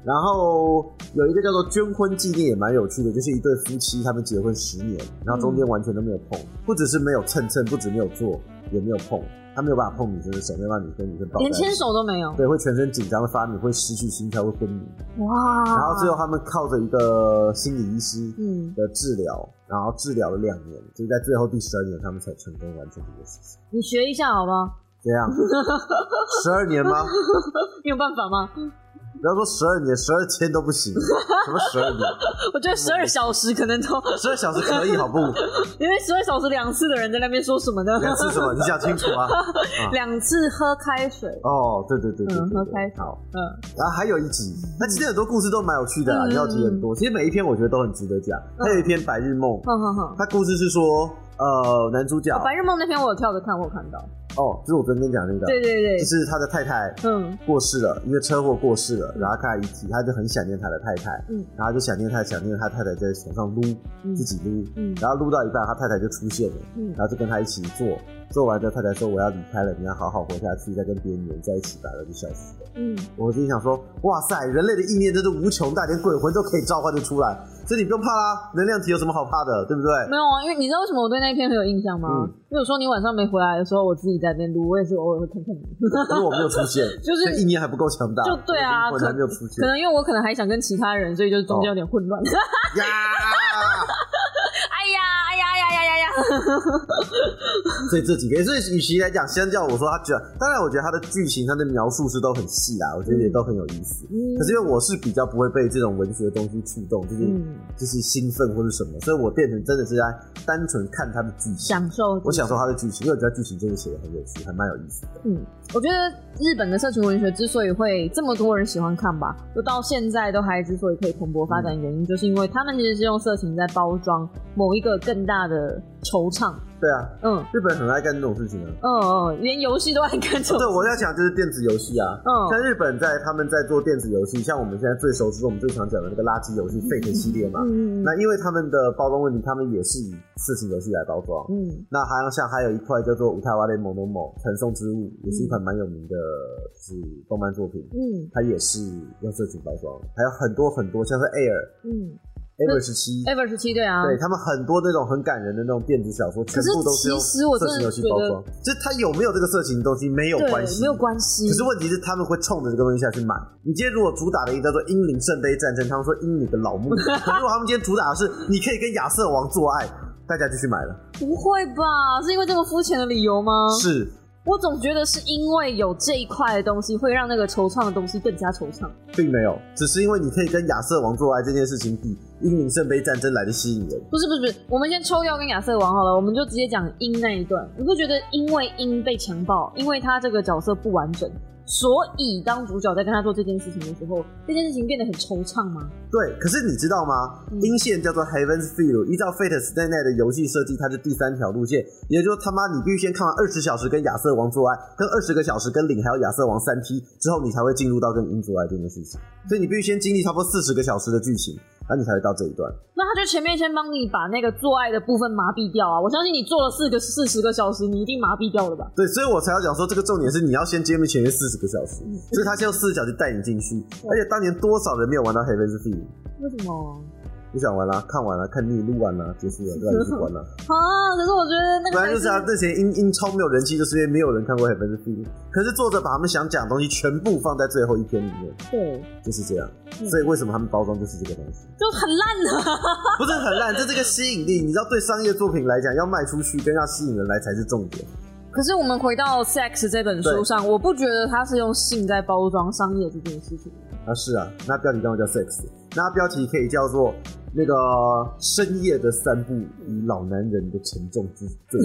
[SPEAKER 2] 然后有一个叫做捐婚纪念也蛮有趣的，就是一对夫妻他们结婚十年，然后中间完全都没有碰，不只是没有蹭蹭，不止没有做，也没有碰，他没有办法碰女生的手，没有办法女跟女生抱在
[SPEAKER 1] 连
[SPEAKER 2] 一起
[SPEAKER 1] 牵手都没有。
[SPEAKER 2] 对，会全身紧张的发米，会失去心跳，会昏迷。
[SPEAKER 1] 啊哇！
[SPEAKER 2] 然后最后他们靠着一个心理医师
[SPEAKER 1] 嗯
[SPEAKER 2] 的治疗，然后治疗了两年，就是在最后第十二年他们才成功完成这件事情。
[SPEAKER 1] 你学一下好吗？
[SPEAKER 2] 这样，十二年吗？
[SPEAKER 1] 你有办法吗？
[SPEAKER 2] 不要说十二年，十二天都不 行，什么十二年？
[SPEAKER 1] 我觉得十二小时可能都，
[SPEAKER 2] 十二小时可以，好不？
[SPEAKER 1] 因为十二小时两次的人在那边说什么呢？
[SPEAKER 2] 你想吃什么？你想清楚 啊。
[SPEAKER 1] 两次喝开水，
[SPEAKER 2] 哦，对对对对
[SPEAKER 1] 嗯
[SPEAKER 2] 对
[SPEAKER 1] 喝
[SPEAKER 2] 对
[SPEAKER 1] 开
[SPEAKER 2] 好。
[SPEAKER 1] 嗯
[SPEAKER 2] 然后还有一集，那今天很多故事都蛮有趣的啊，
[SPEAKER 1] 嗯
[SPEAKER 2] 要提很多。其实每一篇我觉得都很值得讲。还有一篇《
[SPEAKER 1] 嗯
[SPEAKER 2] 白日梦》，
[SPEAKER 1] 哼哼哼。
[SPEAKER 2] 它故事是说，呃，男主角
[SPEAKER 1] 哦白日梦那篇我有跳着看，我有看到。
[SPEAKER 2] 哦，就是我昨天跟你讲那个，
[SPEAKER 1] 对对对
[SPEAKER 2] 就，是他的太太
[SPEAKER 1] 嗯
[SPEAKER 2] 过世了，因为车祸过世了，然后看遗体，他就很想念他的太太，
[SPEAKER 1] 嗯
[SPEAKER 2] 然后就想念他，想念他太太在床上撸
[SPEAKER 1] 嗯
[SPEAKER 2] 自己撸，
[SPEAKER 1] 嗯
[SPEAKER 2] 然后撸到一半，他太太就出现了，
[SPEAKER 1] 嗯
[SPEAKER 2] 然后就跟他一起做，做完之后太太说我要离开了，你要好好活下去，再跟别人黏在一起吧，然后就消失了。
[SPEAKER 1] 嗯，
[SPEAKER 2] 我心想说，哇塞，人类的意念真是无穷大，连鬼魂都可以召唤得出来，所以你不用怕啦，能量体有什么好怕的，对不对？
[SPEAKER 1] 没有啊，因为你知道为什么我对那一篇很有印象吗？
[SPEAKER 2] 嗯
[SPEAKER 1] 因为有时候你晚上没回来的时候，我自己在那边撸，我也是偶尔会看看你。
[SPEAKER 2] 因为我没有出现，
[SPEAKER 1] 就是
[SPEAKER 2] 所以意念还不够强大，
[SPEAKER 1] 就对啊
[SPEAKER 2] 我
[SPEAKER 1] 可
[SPEAKER 2] 还没有出现
[SPEAKER 1] 可能因为我可能还想跟其他人，所以就中间有点混乱。
[SPEAKER 2] 哦呀。
[SPEAKER 1] 哎呀哎呀哎呀哎呀哎呀！
[SPEAKER 2] 所以这几个，所以与其来讲，相较我说，他觉得，当然我觉得他的剧情、他的描述是都很细啊，我觉得也都很有意思。
[SPEAKER 1] 嗯
[SPEAKER 2] 可是因为我是比较不会被这种文学东西触动，就是、
[SPEAKER 1] 嗯，
[SPEAKER 2] 就是兴奋或者什么，所以我变成真的是在单纯看他的剧情。
[SPEAKER 1] 享受。
[SPEAKER 2] 我享受他的剧情，因为我觉得剧情真的写的很有趣，还蛮有意思的。
[SPEAKER 1] 我觉得日本的社群文学之所以会这么多人喜欢看吧，就到现在都还之所以可以蓬勃发展，原因、就是因为他们其实是用色情在包装某一个更大的惆怅。
[SPEAKER 2] 对啊，
[SPEAKER 1] 嗯
[SPEAKER 2] 日本很爱干这种事情啊。
[SPEAKER 1] 嗯嗯，连游戏都爱看这种。
[SPEAKER 2] 对，我要讲就是电子游戏啊。
[SPEAKER 1] 嗯
[SPEAKER 2] 像日本在他们在做电子游戏，像我们现在最熟知、我们最常讲的那个垃圾游戏 Fate 系列嘛。
[SPEAKER 1] 嗯嗯
[SPEAKER 2] 那因为他们的包装问题，他们也是以色情游戏来包装。
[SPEAKER 1] 嗯
[SPEAKER 2] 那还有像还有一块叫做《五太瓦雷某某某传送之物》，也是一款蛮有名的，就是动漫作品，
[SPEAKER 1] 嗯
[SPEAKER 2] 它也是用色情包装，还有很多很多像是 Air
[SPEAKER 1] 嗯
[SPEAKER 2] Air 十七，
[SPEAKER 1] ，Ever 十七对啊，
[SPEAKER 2] 对他们很多那种很感人的那种电子小说，全
[SPEAKER 1] 是
[SPEAKER 2] 部都
[SPEAKER 1] 其
[SPEAKER 2] 用
[SPEAKER 1] 实我真
[SPEAKER 2] 色
[SPEAKER 1] 的
[SPEAKER 2] 情游戏
[SPEAKER 1] 觉
[SPEAKER 2] 包
[SPEAKER 1] 得
[SPEAKER 2] 装，就是它有没有这个色情东西没有
[SPEAKER 1] 对
[SPEAKER 2] 关系，
[SPEAKER 1] 没有关系。
[SPEAKER 2] 可是问题是，他们会冲着这个东西下去买。你今天如果主打的一个叫做“英灵圣杯战争”，他们说“英你的老 母”，可如果他们今天主打的是“你可以跟亚瑟王做爱”，大家就去买了。
[SPEAKER 1] 不会吧？是因为这个肤浅的理由吗？
[SPEAKER 2] 是，
[SPEAKER 1] 我总觉得是因为有这一块的东西，会让那个惆怅的东西更加惆怅。
[SPEAKER 2] 并没有，只是因为你可以跟亚瑟王做爱这件事情比“英灵圣杯战争”来的吸引人。
[SPEAKER 1] 不是不是不是，我们先抽掉跟亚瑟王好了，我们就直接讲鹰那一段。你会觉得因为鹰被强暴，因为他这个角色不完整，所以当主角在跟他做这件事情的时候，这件事情变得很惆怅吗？
[SPEAKER 2] 对，可是你知道吗？
[SPEAKER 1] 嗯
[SPEAKER 2] 阴线叫做 Heaven's Feel，依照 Fate Stay Night 的游戏设计，它是第三条路线，也就是说他妈你必须先看完二十小时跟亚瑟王做爱，跟二十个小时跟领还有亚瑟王三 P 之后，你才会进入到跟鹰做爱这件事情。所以你必须先经历差不多四十个小时的剧情，然后你才会到这一段。
[SPEAKER 1] 那他就前面先帮你把那个做爱的部分麻痹掉啊！我相信你做了四个四十个小时，你一定麻痹掉了吧？
[SPEAKER 2] 对，所以我才要讲说，这个重点是你要先揭秘前面四十个小时，所以他先用四十小时带你进去。而且当年多少人没有玩到 Heaven's Feel？
[SPEAKER 1] 为什么
[SPEAKER 2] 不想玩了，看完了，看腻，录完了，结束了，对吧？就关了。
[SPEAKER 1] 啊？可是我觉得那个
[SPEAKER 2] 本来
[SPEAKER 1] 才
[SPEAKER 2] 就是啊，这些英英超没有人气，就是因为没有人看过《海分之地》，可是作者把他们想讲的东西全部放在最后一篇里面，
[SPEAKER 1] 对，
[SPEAKER 2] 就是这样。
[SPEAKER 1] 嗯
[SPEAKER 2] 所以为什么他们包装就是这个东西？
[SPEAKER 1] 就很烂啊！
[SPEAKER 2] 不是很烂，这这个吸引力，你知道，对商业作品来讲，要卖出去跟要吸引人来才是重点。
[SPEAKER 1] 可是我们回到《Sex》这本书上，我不觉得它是用性在包装商业这件事情。
[SPEAKER 2] 啊，是啊，那标题干嘛叫 sex？那标题可以叫做那个深夜的散步与老男人的沉重之罪，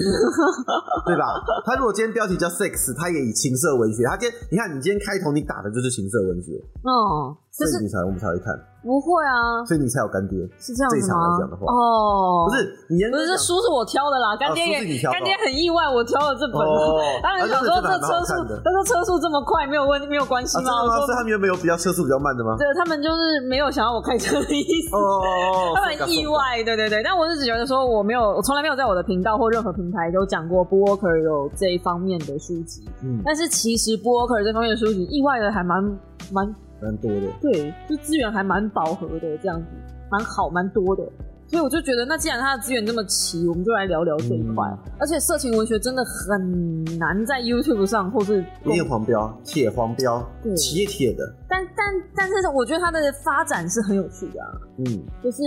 [SPEAKER 2] 对吧？他如果今天标题叫 sex，他也以情色文学。他今天你看，你今天开头你打的就是情色文学，
[SPEAKER 1] 嗯，就
[SPEAKER 2] 所以
[SPEAKER 1] 是
[SPEAKER 2] 你才我们才会看，
[SPEAKER 1] 不会啊，
[SPEAKER 2] 所以你才有干爹。
[SPEAKER 1] 是这样子
[SPEAKER 2] 这一场
[SPEAKER 1] 吗
[SPEAKER 2] 来讲的？话
[SPEAKER 1] 哦，
[SPEAKER 2] 不，是你严
[SPEAKER 1] 不
[SPEAKER 2] 格
[SPEAKER 1] 是
[SPEAKER 2] 讲哦
[SPEAKER 1] 书是我挑的啦，干爹
[SPEAKER 2] 书是你
[SPEAKER 1] 也
[SPEAKER 2] 挑的哦
[SPEAKER 1] 干爹很意外，我挑了这本。
[SPEAKER 2] 哦，
[SPEAKER 1] 当然
[SPEAKER 2] 啊
[SPEAKER 1] 想说
[SPEAKER 2] 真的这
[SPEAKER 1] 这
[SPEAKER 2] 本还蛮
[SPEAKER 1] 车
[SPEAKER 2] 好看
[SPEAKER 1] 速，
[SPEAKER 2] 的
[SPEAKER 1] 他说车速这么快，没有问没有关系
[SPEAKER 2] 啊，真
[SPEAKER 1] 吗？我
[SPEAKER 2] 的吗？所以
[SPEAKER 1] 说
[SPEAKER 2] 他们原本有比较车速比较慢的吗？
[SPEAKER 1] 对，他们就是没有想要我开车的意思
[SPEAKER 2] 哦。哦哦，哦
[SPEAKER 1] 他们意。外，对对对，但我是只觉得说，我没有，我从来没有在我的频道或任何平台有讲过 b o o k e r 有这一方面的书籍，
[SPEAKER 2] 嗯，
[SPEAKER 1] 但是其实 b o o k e r 这方面的书籍意外的还蛮蛮
[SPEAKER 2] 蛮多的。
[SPEAKER 1] 对，就资源还蛮饱和的，这样子蛮好蛮多的。所以我就觉得，那既然它的资源这么齐，我们就来聊聊这一块。而且色情文学真的很难在 YouTube 上，或是
[SPEAKER 2] 一定黄标、铁黄标
[SPEAKER 1] 对、
[SPEAKER 2] 铁铁的，
[SPEAKER 1] 但但但是我觉得它的发展是很有趣的、啊，
[SPEAKER 2] 嗯，
[SPEAKER 1] 就是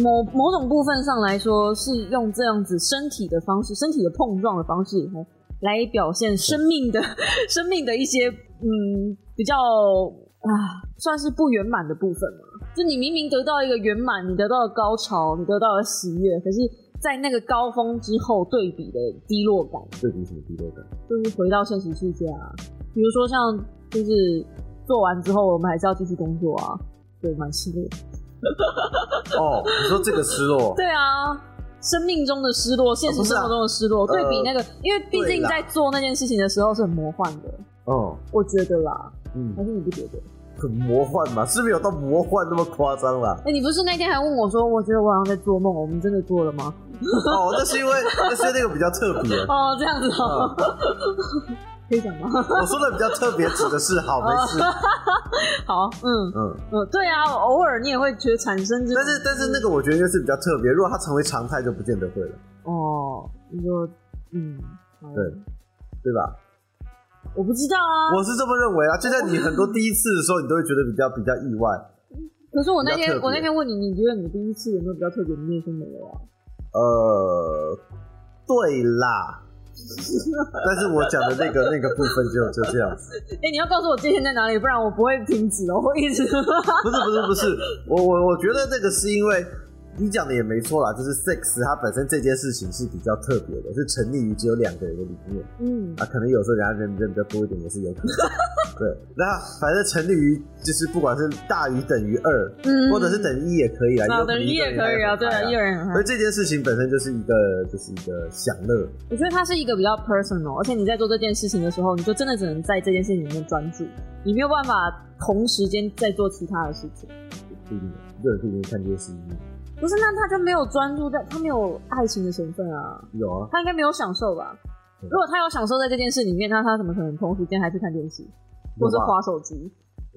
[SPEAKER 1] 某某种部分上来说，是用这样子身体的方式、身体的碰撞的方式来表现生命的 生命的一些嗯比较啊算是不圆满的部分嘛。就你明明得到一个圆满，你得到了高潮，你得到了喜悦，可是，在那个高峰之后对比的低落感，
[SPEAKER 2] 这比什么低落感？
[SPEAKER 1] 就是回到现实世界啊。比如说像就是做完之后，我们还是要继续工作啊，对，蛮失落的。
[SPEAKER 2] 哦，你说这个失落，
[SPEAKER 1] 对啊，生命中的失落，现实生活中的失落，
[SPEAKER 2] 不是啊
[SPEAKER 1] 对比那个，因为毕竟
[SPEAKER 2] 对啦
[SPEAKER 1] 在做那件事情的时候是很魔幻的，
[SPEAKER 2] 哦，
[SPEAKER 1] 我觉得啦，
[SPEAKER 2] 嗯
[SPEAKER 1] 还，是你不觉得？
[SPEAKER 2] 很魔幻嘛，是没有到魔幻那么夸 张啦。
[SPEAKER 1] 哎、你不是那天还问我说，我觉得我好像在做梦，我们真的做了吗？
[SPEAKER 2] 哦，那是因为那是那个比较特 别。
[SPEAKER 1] 哦，这样子哦，
[SPEAKER 2] 嗯
[SPEAKER 1] 可以讲吗？
[SPEAKER 2] 我说的比较特别，指的是好没 事，
[SPEAKER 1] 好，嗯
[SPEAKER 2] 嗯，
[SPEAKER 1] 嗯，对啊，偶尔你也会觉得产生这种，
[SPEAKER 2] 但是但是那个我觉得就是比较特别，如果它成为常态就不见得会了，
[SPEAKER 1] 哦，你说，嗯，好
[SPEAKER 2] 对对吧？
[SPEAKER 1] 我不知道啊，
[SPEAKER 2] 我是这么认为啊，就在你很多第一次的时候，你都会觉得比较比较意外。
[SPEAKER 1] 可是我那
[SPEAKER 2] 比
[SPEAKER 1] 天
[SPEAKER 2] 较特别
[SPEAKER 1] 我那天问你，你觉得你第一次有没有比较特别？你也说没有啊。
[SPEAKER 2] 呃，对啦， 但是我讲的那个那个部分就就这样子，
[SPEAKER 1] 哎、你要告诉我界限在哪里，不然我不会停止哦，我会一直。
[SPEAKER 2] 不是不是不是，我我我觉得这个是因为。你讲的也没错啦，就是 sex 它本身这件事情是比较特别的，是沉溺于只有两个人的里面。
[SPEAKER 1] 嗯，
[SPEAKER 2] 啊，可能有时候人家人人比较多一点也是有 可能。对，那反正成立于就是不管是大于等于二、
[SPEAKER 1] 嗯
[SPEAKER 2] 或者是等于一也可以啊，
[SPEAKER 1] 啊，
[SPEAKER 2] 有
[SPEAKER 1] 等于也可以啊，对啊，一
[SPEAKER 2] 人。
[SPEAKER 1] 人很嗨
[SPEAKER 2] 所以。这件事情本身就是一个就是一个享乐，
[SPEAKER 1] 我觉得它是一个比较 personal，而且你在做这件事情的时候，你就真的只能在这件事情里面专注，你没有办法同时间在做其他的事情。
[SPEAKER 2] 不一定一个人不一定看电视
[SPEAKER 1] 不是，那他就没有专注在，他没有爱情的成分啊，
[SPEAKER 2] 有啊，
[SPEAKER 1] 他应该没有享受吧？
[SPEAKER 2] 对
[SPEAKER 1] 如果他有享受在这件事里面，那他怎么可能同时间还去看电视，或是
[SPEAKER 2] 有吧
[SPEAKER 1] 划手机？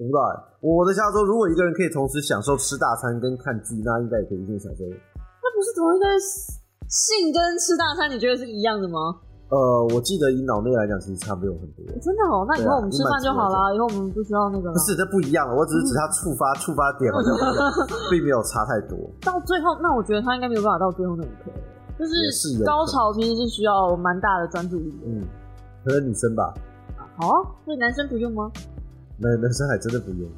[SPEAKER 2] 我不知道欸、我的想说，如果一个人可以同时享受吃大餐跟看剧，那应该也可以一定享受。
[SPEAKER 1] 那不是同一个性跟吃大餐，你觉得是一样的吗？
[SPEAKER 2] 呃，我记得以脑内来讲，其实差不了很多。
[SPEAKER 1] 真的哦，那以
[SPEAKER 2] 对
[SPEAKER 1] 后
[SPEAKER 2] 啊
[SPEAKER 1] 我们吃饭就好啦，以后我们不需要那个了
[SPEAKER 2] 不。是，这不一样了。啊我只是指它触发触发点好像不一样并没有差太多。
[SPEAKER 1] 到最后，那我觉得他应该没有办法到最后那一刻，就
[SPEAKER 2] 也是
[SPEAKER 1] 是
[SPEAKER 2] 有可能
[SPEAKER 1] 高潮其实是需要蛮大的专注力的。
[SPEAKER 2] 嗯，可能女生吧，
[SPEAKER 1] 好啊，所以男生不用吗？
[SPEAKER 2] 男男生还真的不用。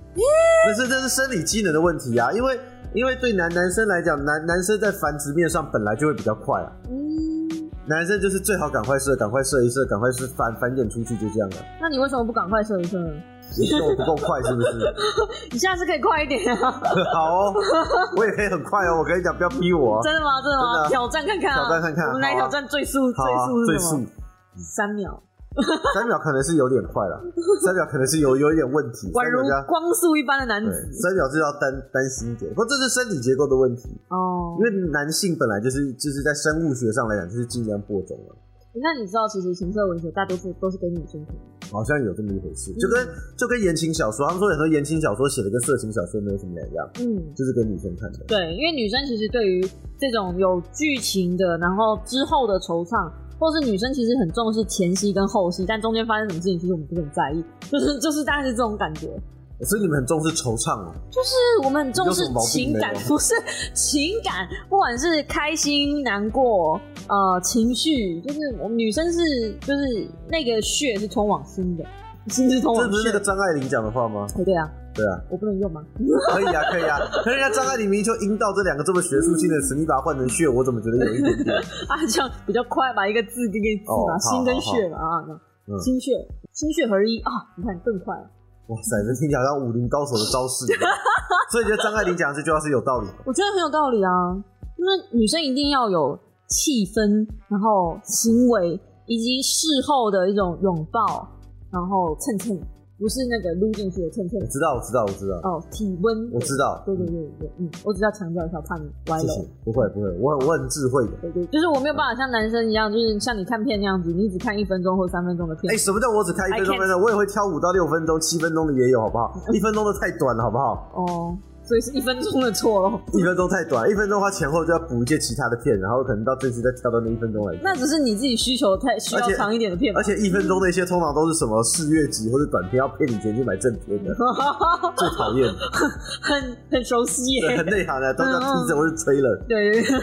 [SPEAKER 2] 但是这是生理机能的问题啊，因为因为对男男生来讲，男男生在繁殖面上本来就会比较快啊，
[SPEAKER 1] 嗯，
[SPEAKER 2] 男生就是最好赶快射，赶快射一射，赶快是繁繁衍出去就这样了、
[SPEAKER 1] 那你为什么不赶快射一射呢？
[SPEAKER 2] 你觉得我不够快是不 是？
[SPEAKER 1] 你下次可以快一点啊！
[SPEAKER 2] 好哦，我也可以很快哦，我跟你讲，不要逼我、啊。
[SPEAKER 1] 真的吗？真的
[SPEAKER 2] 真的
[SPEAKER 1] 吗？
[SPEAKER 2] 啊
[SPEAKER 1] 挑战看看啊！
[SPEAKER 2] 挑战看看
[SPEAKER 1] 我们来
[SPEAKER 2] 好啊
[SPEAKER 1] 挑战最速，
[SPEAKER 2] 好啊，
[SPEAKER 1] 最速是
[SPEAKER 2] 最
[SPEAKER 1] 什
[SPEAKER 2] 速
[SPEAKER 1] 么？三秒，
[SPEAKER 2] 三秒可能是有点快 了，三秒可能是有有一点问题，
[SPEAKER 1] 宛
[SPEAKER 2] 三
[SPEAKER 1] 如
[SPEAKER 2] 秒加
[SPEAKER 1] 光速一般的男
[SPEAKER 2] 对
[SPEAKER 1] 子，
[SPEAKER 2] 三秒就要担担心一点，不过这是生理结构的问题。
[SPEAKER 1] 哦
[SPEAKER 2] 因。为男性本来就是就是在生物学上来讲，就是尽量播种啊了，
[SPEAKER 1] 那你知道，其实情色文学大多数都是给女生看的。
[SPEAKER 2] 好像有这么一回事，就跟、就跟言情小说，他们说很多言情小说写的跟色情小说没有什么两样，
[SPEAKER 1] 嗯，
[SPEAKER 2] 就是给女生看的。
[SPEAKER 1] 对，因为女生其实对于这种有剧情的，然后之后的惆怅，或是女生其实很重视前戏跟后戏，但中间发生什么事情，其实我们不是很在意，就是就是大概是这种感觉。
[SPEAKER 2] 所以你们很重视惆怅哦，
[SPEAKER 1] 就是我们很重视情感
[SPEAKER 2] 有什么毛病没，有
[SPEAKER 1] 不是情感，不管是开心、难过，呃，情绪，就是我们女生是就是那个血是通往心的，心是通
[SPEAKER 2] 这
[SPEAKER 1] 往
[SPEAKER 2] 不是
[SPEAKER 1] 血。
[SPEAKER 2] 那个张爱玲讲的话吗？
[SPEAKER 1] 哎对啊，
[SPEAKER 2] 对啊，
[SPEAKER 1] 我不能用吗？
[SPEAKER 2] 可以啊，可以啊。可是人家张爱玲明明就阴道这两个这么学术性的词，你把它换成血，我怎么觉得有一点点？
[SPEAKER 1] 啊，这样比较快吧，一个字跟一个字
[SPEAKER 2] 哦
[SPEAKER 1] 嘛，
[SPEAKER 2] 好
[SPEAKER 1] 心跟血嘛啊，那
[SPEAKER 2] 嗯
[SPEAKER 1] 心血心血合一啊，你看更快。
[SPEAKER 2] 哇塞，这听起来好像武林高手的招式一样。所以你觉得张爱玲讲的这句话是有道理的？
[SPEAKER 1] 我觉得很有道理啊，就是女生一定要有气氛，然后行为以及事后的一种拥抱，然后蹭蹭，不是那个撸进去的蹭蹭
[SPEAKER 2] 我知道，我知道，我知道，
[SPEAKER 1] 哦，体温，
[SPEAKER 2] 我知道。
[SPEAKER 1] 对，对对对，嗯，我只要强调一下，怕你歪
[SPEAKER 2] 谢
[SPEAKER 1] 了
[SPEAKER 2] 谢。。不会不会，我很我很智慧的。
[SPEAKER 1] 对对，就是我没有办法像男生一样，就是像你看片那样子，你只看一分钟或三分钟的片
[SPEAKER 2] 哎、，什么叫我只开一
[SPEAKER 1] I
[SPEAKER 2] 分钟
[SPEAKER 1] can't- 嗯
[SPEAKER 2] 分钟？我也会挑五到六分钟、七分钟的也有，好不好？一分钟的太短了，好不好？
[SPEAKER 1] 哦，所以是一分钟的错咯。
[SPEAKER 2] 一分钟太短，一分钟的话前后就要补一些其他的片，然后可能到最后再跳到那一分钟来看。
[SPEAKER 1] 那只是你自己需求太需要
[SPEAKER 2] 而且
[SPEAKER 1] 长一点的片吧
[SPEAKER 2] 而。且一分钟那些通常都是什么四月集或者短片，要骗你钱去买正片 的，最讨厌的，
[SPEAKER 1] 很很熟悉
[SPEAKER 2] 对
[SPEAKER 1] 耶
[SPEAKER 2] 很。内行的，都叫
[SPEAKER 1] 嗯嗯
[SPEAKER 2] teaser 或是 trailer。
[SPEAKER 1] 对对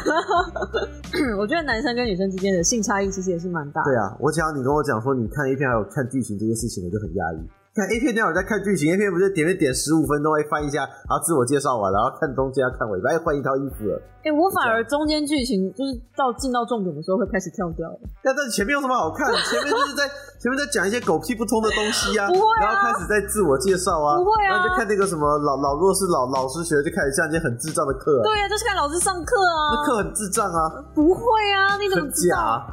[SPEAKER 1] 对， 我觉得男生跟女生之间
[SPEAKER 2] 啊
[SPEAKER 1] 的性差异其实也是蛮大的。
[SPEAKER 2] 对啊，我想你跟我讲说你看一片还有看剧情这些事情，我就很压抑。看 A 片，那会儿在看剧情，A 片不是点了点十五分钟，哎，翻一下，然后自我介绍完了，然后看中间要看尾巴，又换一套衣服了。
[SPEAKER 1] 哎、我反而中间剧情就是到进到重点的时候会开始跳掉。
[SPEAKER 2] 但但前面有什么好 看？前面就是在前面在讲一些狗屁不通的东西啊，
[SPEAKER 1] 不会啊
[SPEAKER 2] 然后开始在自我介绍啊，
[SPEAKER 1] 不会啊
[SPEAKER 2] 然后就看那个什么老老弱是老老师学的，就开始上一些很智障的课、啊，
[SPEAKER 1] 对呀、就是看老师上课
[SPEAKER 2] 那
[SPEAKER 1] 啊，
[SPEAKER 2] 课很智障啊，
[SPEAKER 1] 不会啊，你怎么
[SPEAKER 2] 很
[SPEAKER 1] 知
[SPEAKER 2] 假
[SPEAKER 1] 道？
[SPEAKER 2] 啊、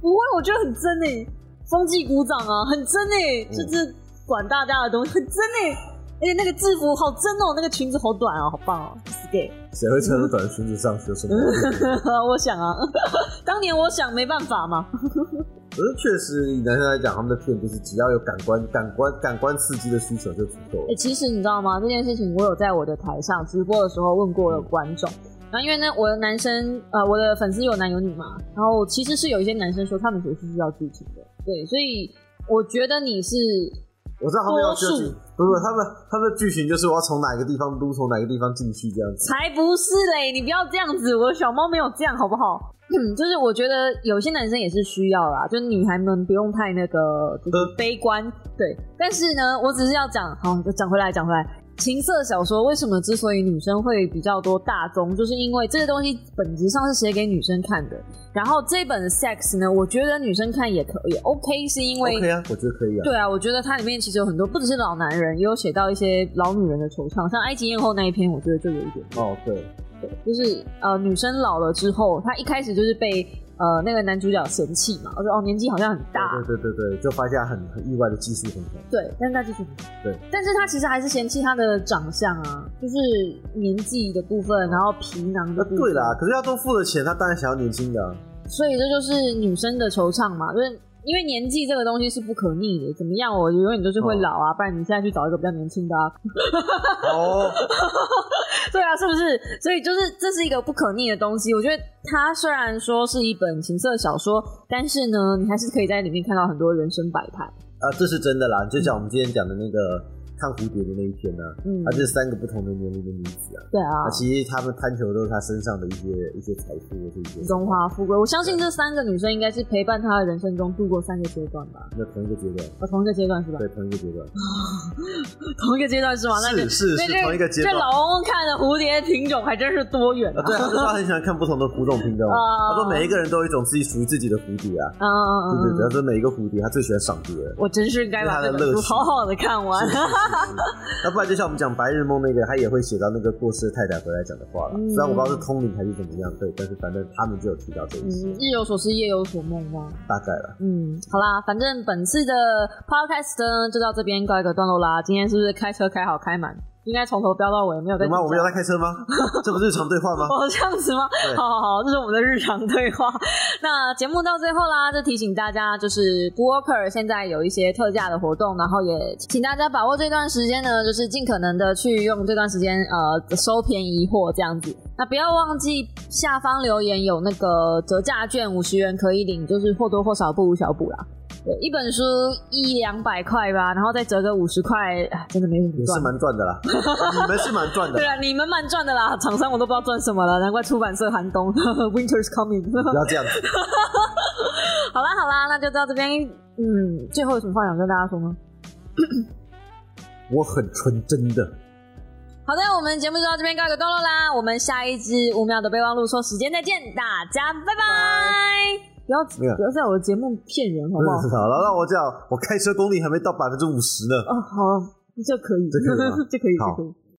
[SPEAKER 1] 不会，我觉得很真诶、风纪鼓掌啊，很真诶、
[SPEAKER 2] 嗯
[SPEAKER 1] 就是管大家的东西很真诶、而且那个制服好真哦，那个裙子好短哦，好棒哦是 gay。
[SPEAKER 2] 谁会穿着短裙子上学？什么？
[SPEAKER 1] 嗯 我想啊，当年我想没办法嘛，
[SPEAKER 2] 可是确实，以男生来讲，他们的片就是只要有感官、感官、感官刺激的需求就足够
[SPEAKER 1] 欸，
[SPEAKER 2] 了。
[SPEAKER 1] 其实你知道吗？这件事情我有在我的台上直播的时候问过了观众。然后因为呢，我的男生呃，我的粉丝有男有女嘛，然后其实是有一些男生说他们也是需要剧情的，对，所以我觉得你是
[SPEAKER 2] 我知道他们要剧
[SPEAKER 1] 多
[SPEAKER 2] 情
[SPEAKER 1] 数，
[SPEAKER 2] 不是他们他们的剧情就是我要从哪个地方撸，从哪个地方进去这样子。
[SPEAKER 1] 才不是嘞，你不要这样子，我的小猫没有这样好不好？嗯，就是我觉得有些男生也是需要啦，就是女孩们不用太那个
[SPEAKER 2] 呃
[SPEAKER 1] 就是悲观，对。但是呢，我只是要讲，好，讲回来，讲回来，情色小说为什么之所以女生会比较多大宗，就是因为这个东西本质上是写给女生看的。然后这本 Sex 呢，我觉得女生看也可以，OK，是因为
[SPEAKER 2] OK 啊，我觉得可以啊。
[SPEAKER 1] 对啊，我觉得它里面其实有很多，不只是老男人，也有写到一些老女人的惆怅，像埃及艳后那一篇，我觉得就有一点。
[SPEAKER 2] 哦，对，
[SPEAKER 1] 就是呃，女生老了之后，她一开始就是被呃那个男主角嫌弃嘛，我说哦年纪好像很大，嗯
[SPEAKER 2] 对对对对，就发现他很很意外的技术很好。
[SPEAKER 1] 对，但是她就是
[SPEAKER 2] 对，
[SPEAKER 1] 但是她其实还是嫌弃她的长相啊，就是年纪的部分，然后皮囊
[SPEAKER 2] 那
[SPEAKER 1] 的部分，
[SPEAKER 2] 哦呃对啦，，可是要都付了钱，他当然想要年轻的、啊。
[SPEAKER 1] 所以这就是女生的惆怅嘛，就是。因为年纪这个东西是不可逆的，怎么样，我永远都是会老啊，不然你现在去找一个比较年轻的啊，
[SPEAKER 2] 哦，
[SPEAKER 1] 对啊，是不是？所以就是这是一个不可逆的东西。我觉得它虽然说是一本情色小说，但是呢，你还是可以在里面看到很多人生百态。
[SPEAKER 2] 啊，这是真的啦，就像我们今天讲的那个看蝴蝶的那一篇呢、啊，
[SPEAKER 1] 嗯
[SPEAKER 2] 它，就是三个不同的年龄的女子啊，
[SPEAKER 1] 对啊
[SPEAKER 2] 那，其实她们探求的都是她身上的一些一些财富或是一些
[SPEAKER 1] 荣华富贵。我相信这三个女生应该是陪伴她的人生中度过三个阶段吧？
[SPEAKER 2] 那同一个阶段，
[SPEAKER 1] 哦，同一个阶段是吧？
[SPEAKER 2] 对，同一个阶段，
[SPEAKER 1] 同一个阶段是吗？那就是
[SPEAKER 2] 是
[SPEAKER 1] 那
[SPEAKER 2] 是
[SPEAKER 1] 这
[SPEAKER 2] 同一个阶
[SPEAKER 1] 这
[SPEAKER 2] 段。
[SPEAKER 1] 老翁看的蝴蝶品种还真是多元
[SPEAKER 2] 啊，
[SPEAKER 1] 啊！
[SPEAKER 2] 对，他说他很喜欢看不同的蝴种品种，
[SPEAKER 1] 啊
[SPEAKER 2] 他说每一个人都有一种自己属于自己的蝴蝶啊，
[SPEAKER 1] 嗯嗯
[SPEAKER 2] 对对对，
[SPEAKER 1] 嗯
[SPEAKER 2] 他
[SPEAKER 1] 嗯，
[SPEAKER 2] 说每一个蝴蝶他最喜欢赏蝶了。
[SPEAKER 1] 我真是该把这
[SPEAKER 2] 这是她的
[SPEAKER 1] 本
[SPEAKER 2] 乐
[SPEAKER 1] 书
[SPEAKER 2] 趣
[SPEAKER 1] 好好的看完。
[SPEAKER 2] 是是是 那不然就像我们讲《白日梦》那个，他也会写到那个过世的太太回来讲的话了。
[SPEAKER 1] 嗯
[SPEAKER 2] 虽然我不知道是通灵还是怎么样，对，但是反正他们就有提到这一些，
[SPEAKER 1] 嗯，日有所思，夜有所梦吗？
[SPEAKER 2] 大概了。
[SPEAKER 1] 嗯，好啦，反正本次的 podcast 呢就到这边告一个段落啦。今天是不是开车开好开满？应该从头飙到尾，没有在
[SPEAKER 2] 有
[SPEAKER 1] 紧
[SPEAKER 2] 吗？
[SPEAKER 1] 张
[SPEAKER 2] 我们有在开车 吗？这不是日常对话吗？
[SPEAKER 1] 哦，这样子吗
[SPEAKER 2] 对？
[SPEAKER 1] 好好好，这是我们的日常对话。 那节目到最后啦，就提醒大家，就是 b o o k e r 现在有一些特价的活动，然后也请大家把握这段时间呢，就是尽可能的去用这段时间呃收便宜货这样子。那不要忘记下方留言有那个折价券五十元可以领，就是或多或少不无小补啦。对，一本书一两百块吧，然后再折个五十块，哎真的没什么
[SPEAKER 2] 也
[SPEAKER 1] 赚
[SPEAKER 2] 是
[SPEAKER 1] 头。
[SPEAKER 2] 蛮赚 的啦，哦你们是蛮赚的
[SPEAKER 1] 对，啊，你们蛮赚的啦，厂商我都不知道赚什么了，难怪出版社寒冬 ，Winter's coming
[SPEAKER 2] 不要这样子。
[SPEAKER 1] 好啦好啦，那就到这边。嗯，最后有什么话想跟大家说吗？
[SPEAKER 2] 我很纯真的，
[SPEAKER 1] 好的，我们节目就到这边告一个段落啦，我们下一支五秒的备忘录说时间再见，大家拜拜。不要
[SPEAKER 2] 没有
[SPEAKER 1] 不要在我的节目骗人好不好？
[SPEAKER 2] 好了，那我讲，我开车功力还没到百分之五十呢。
[SPEAKER 1] 哦，好，这可以，
[SPEAKER 2] 这可以吗
[SPEAKER 1] 这可以，
[SPEAKER 2] 好
[SPEAKER 1] 这可以。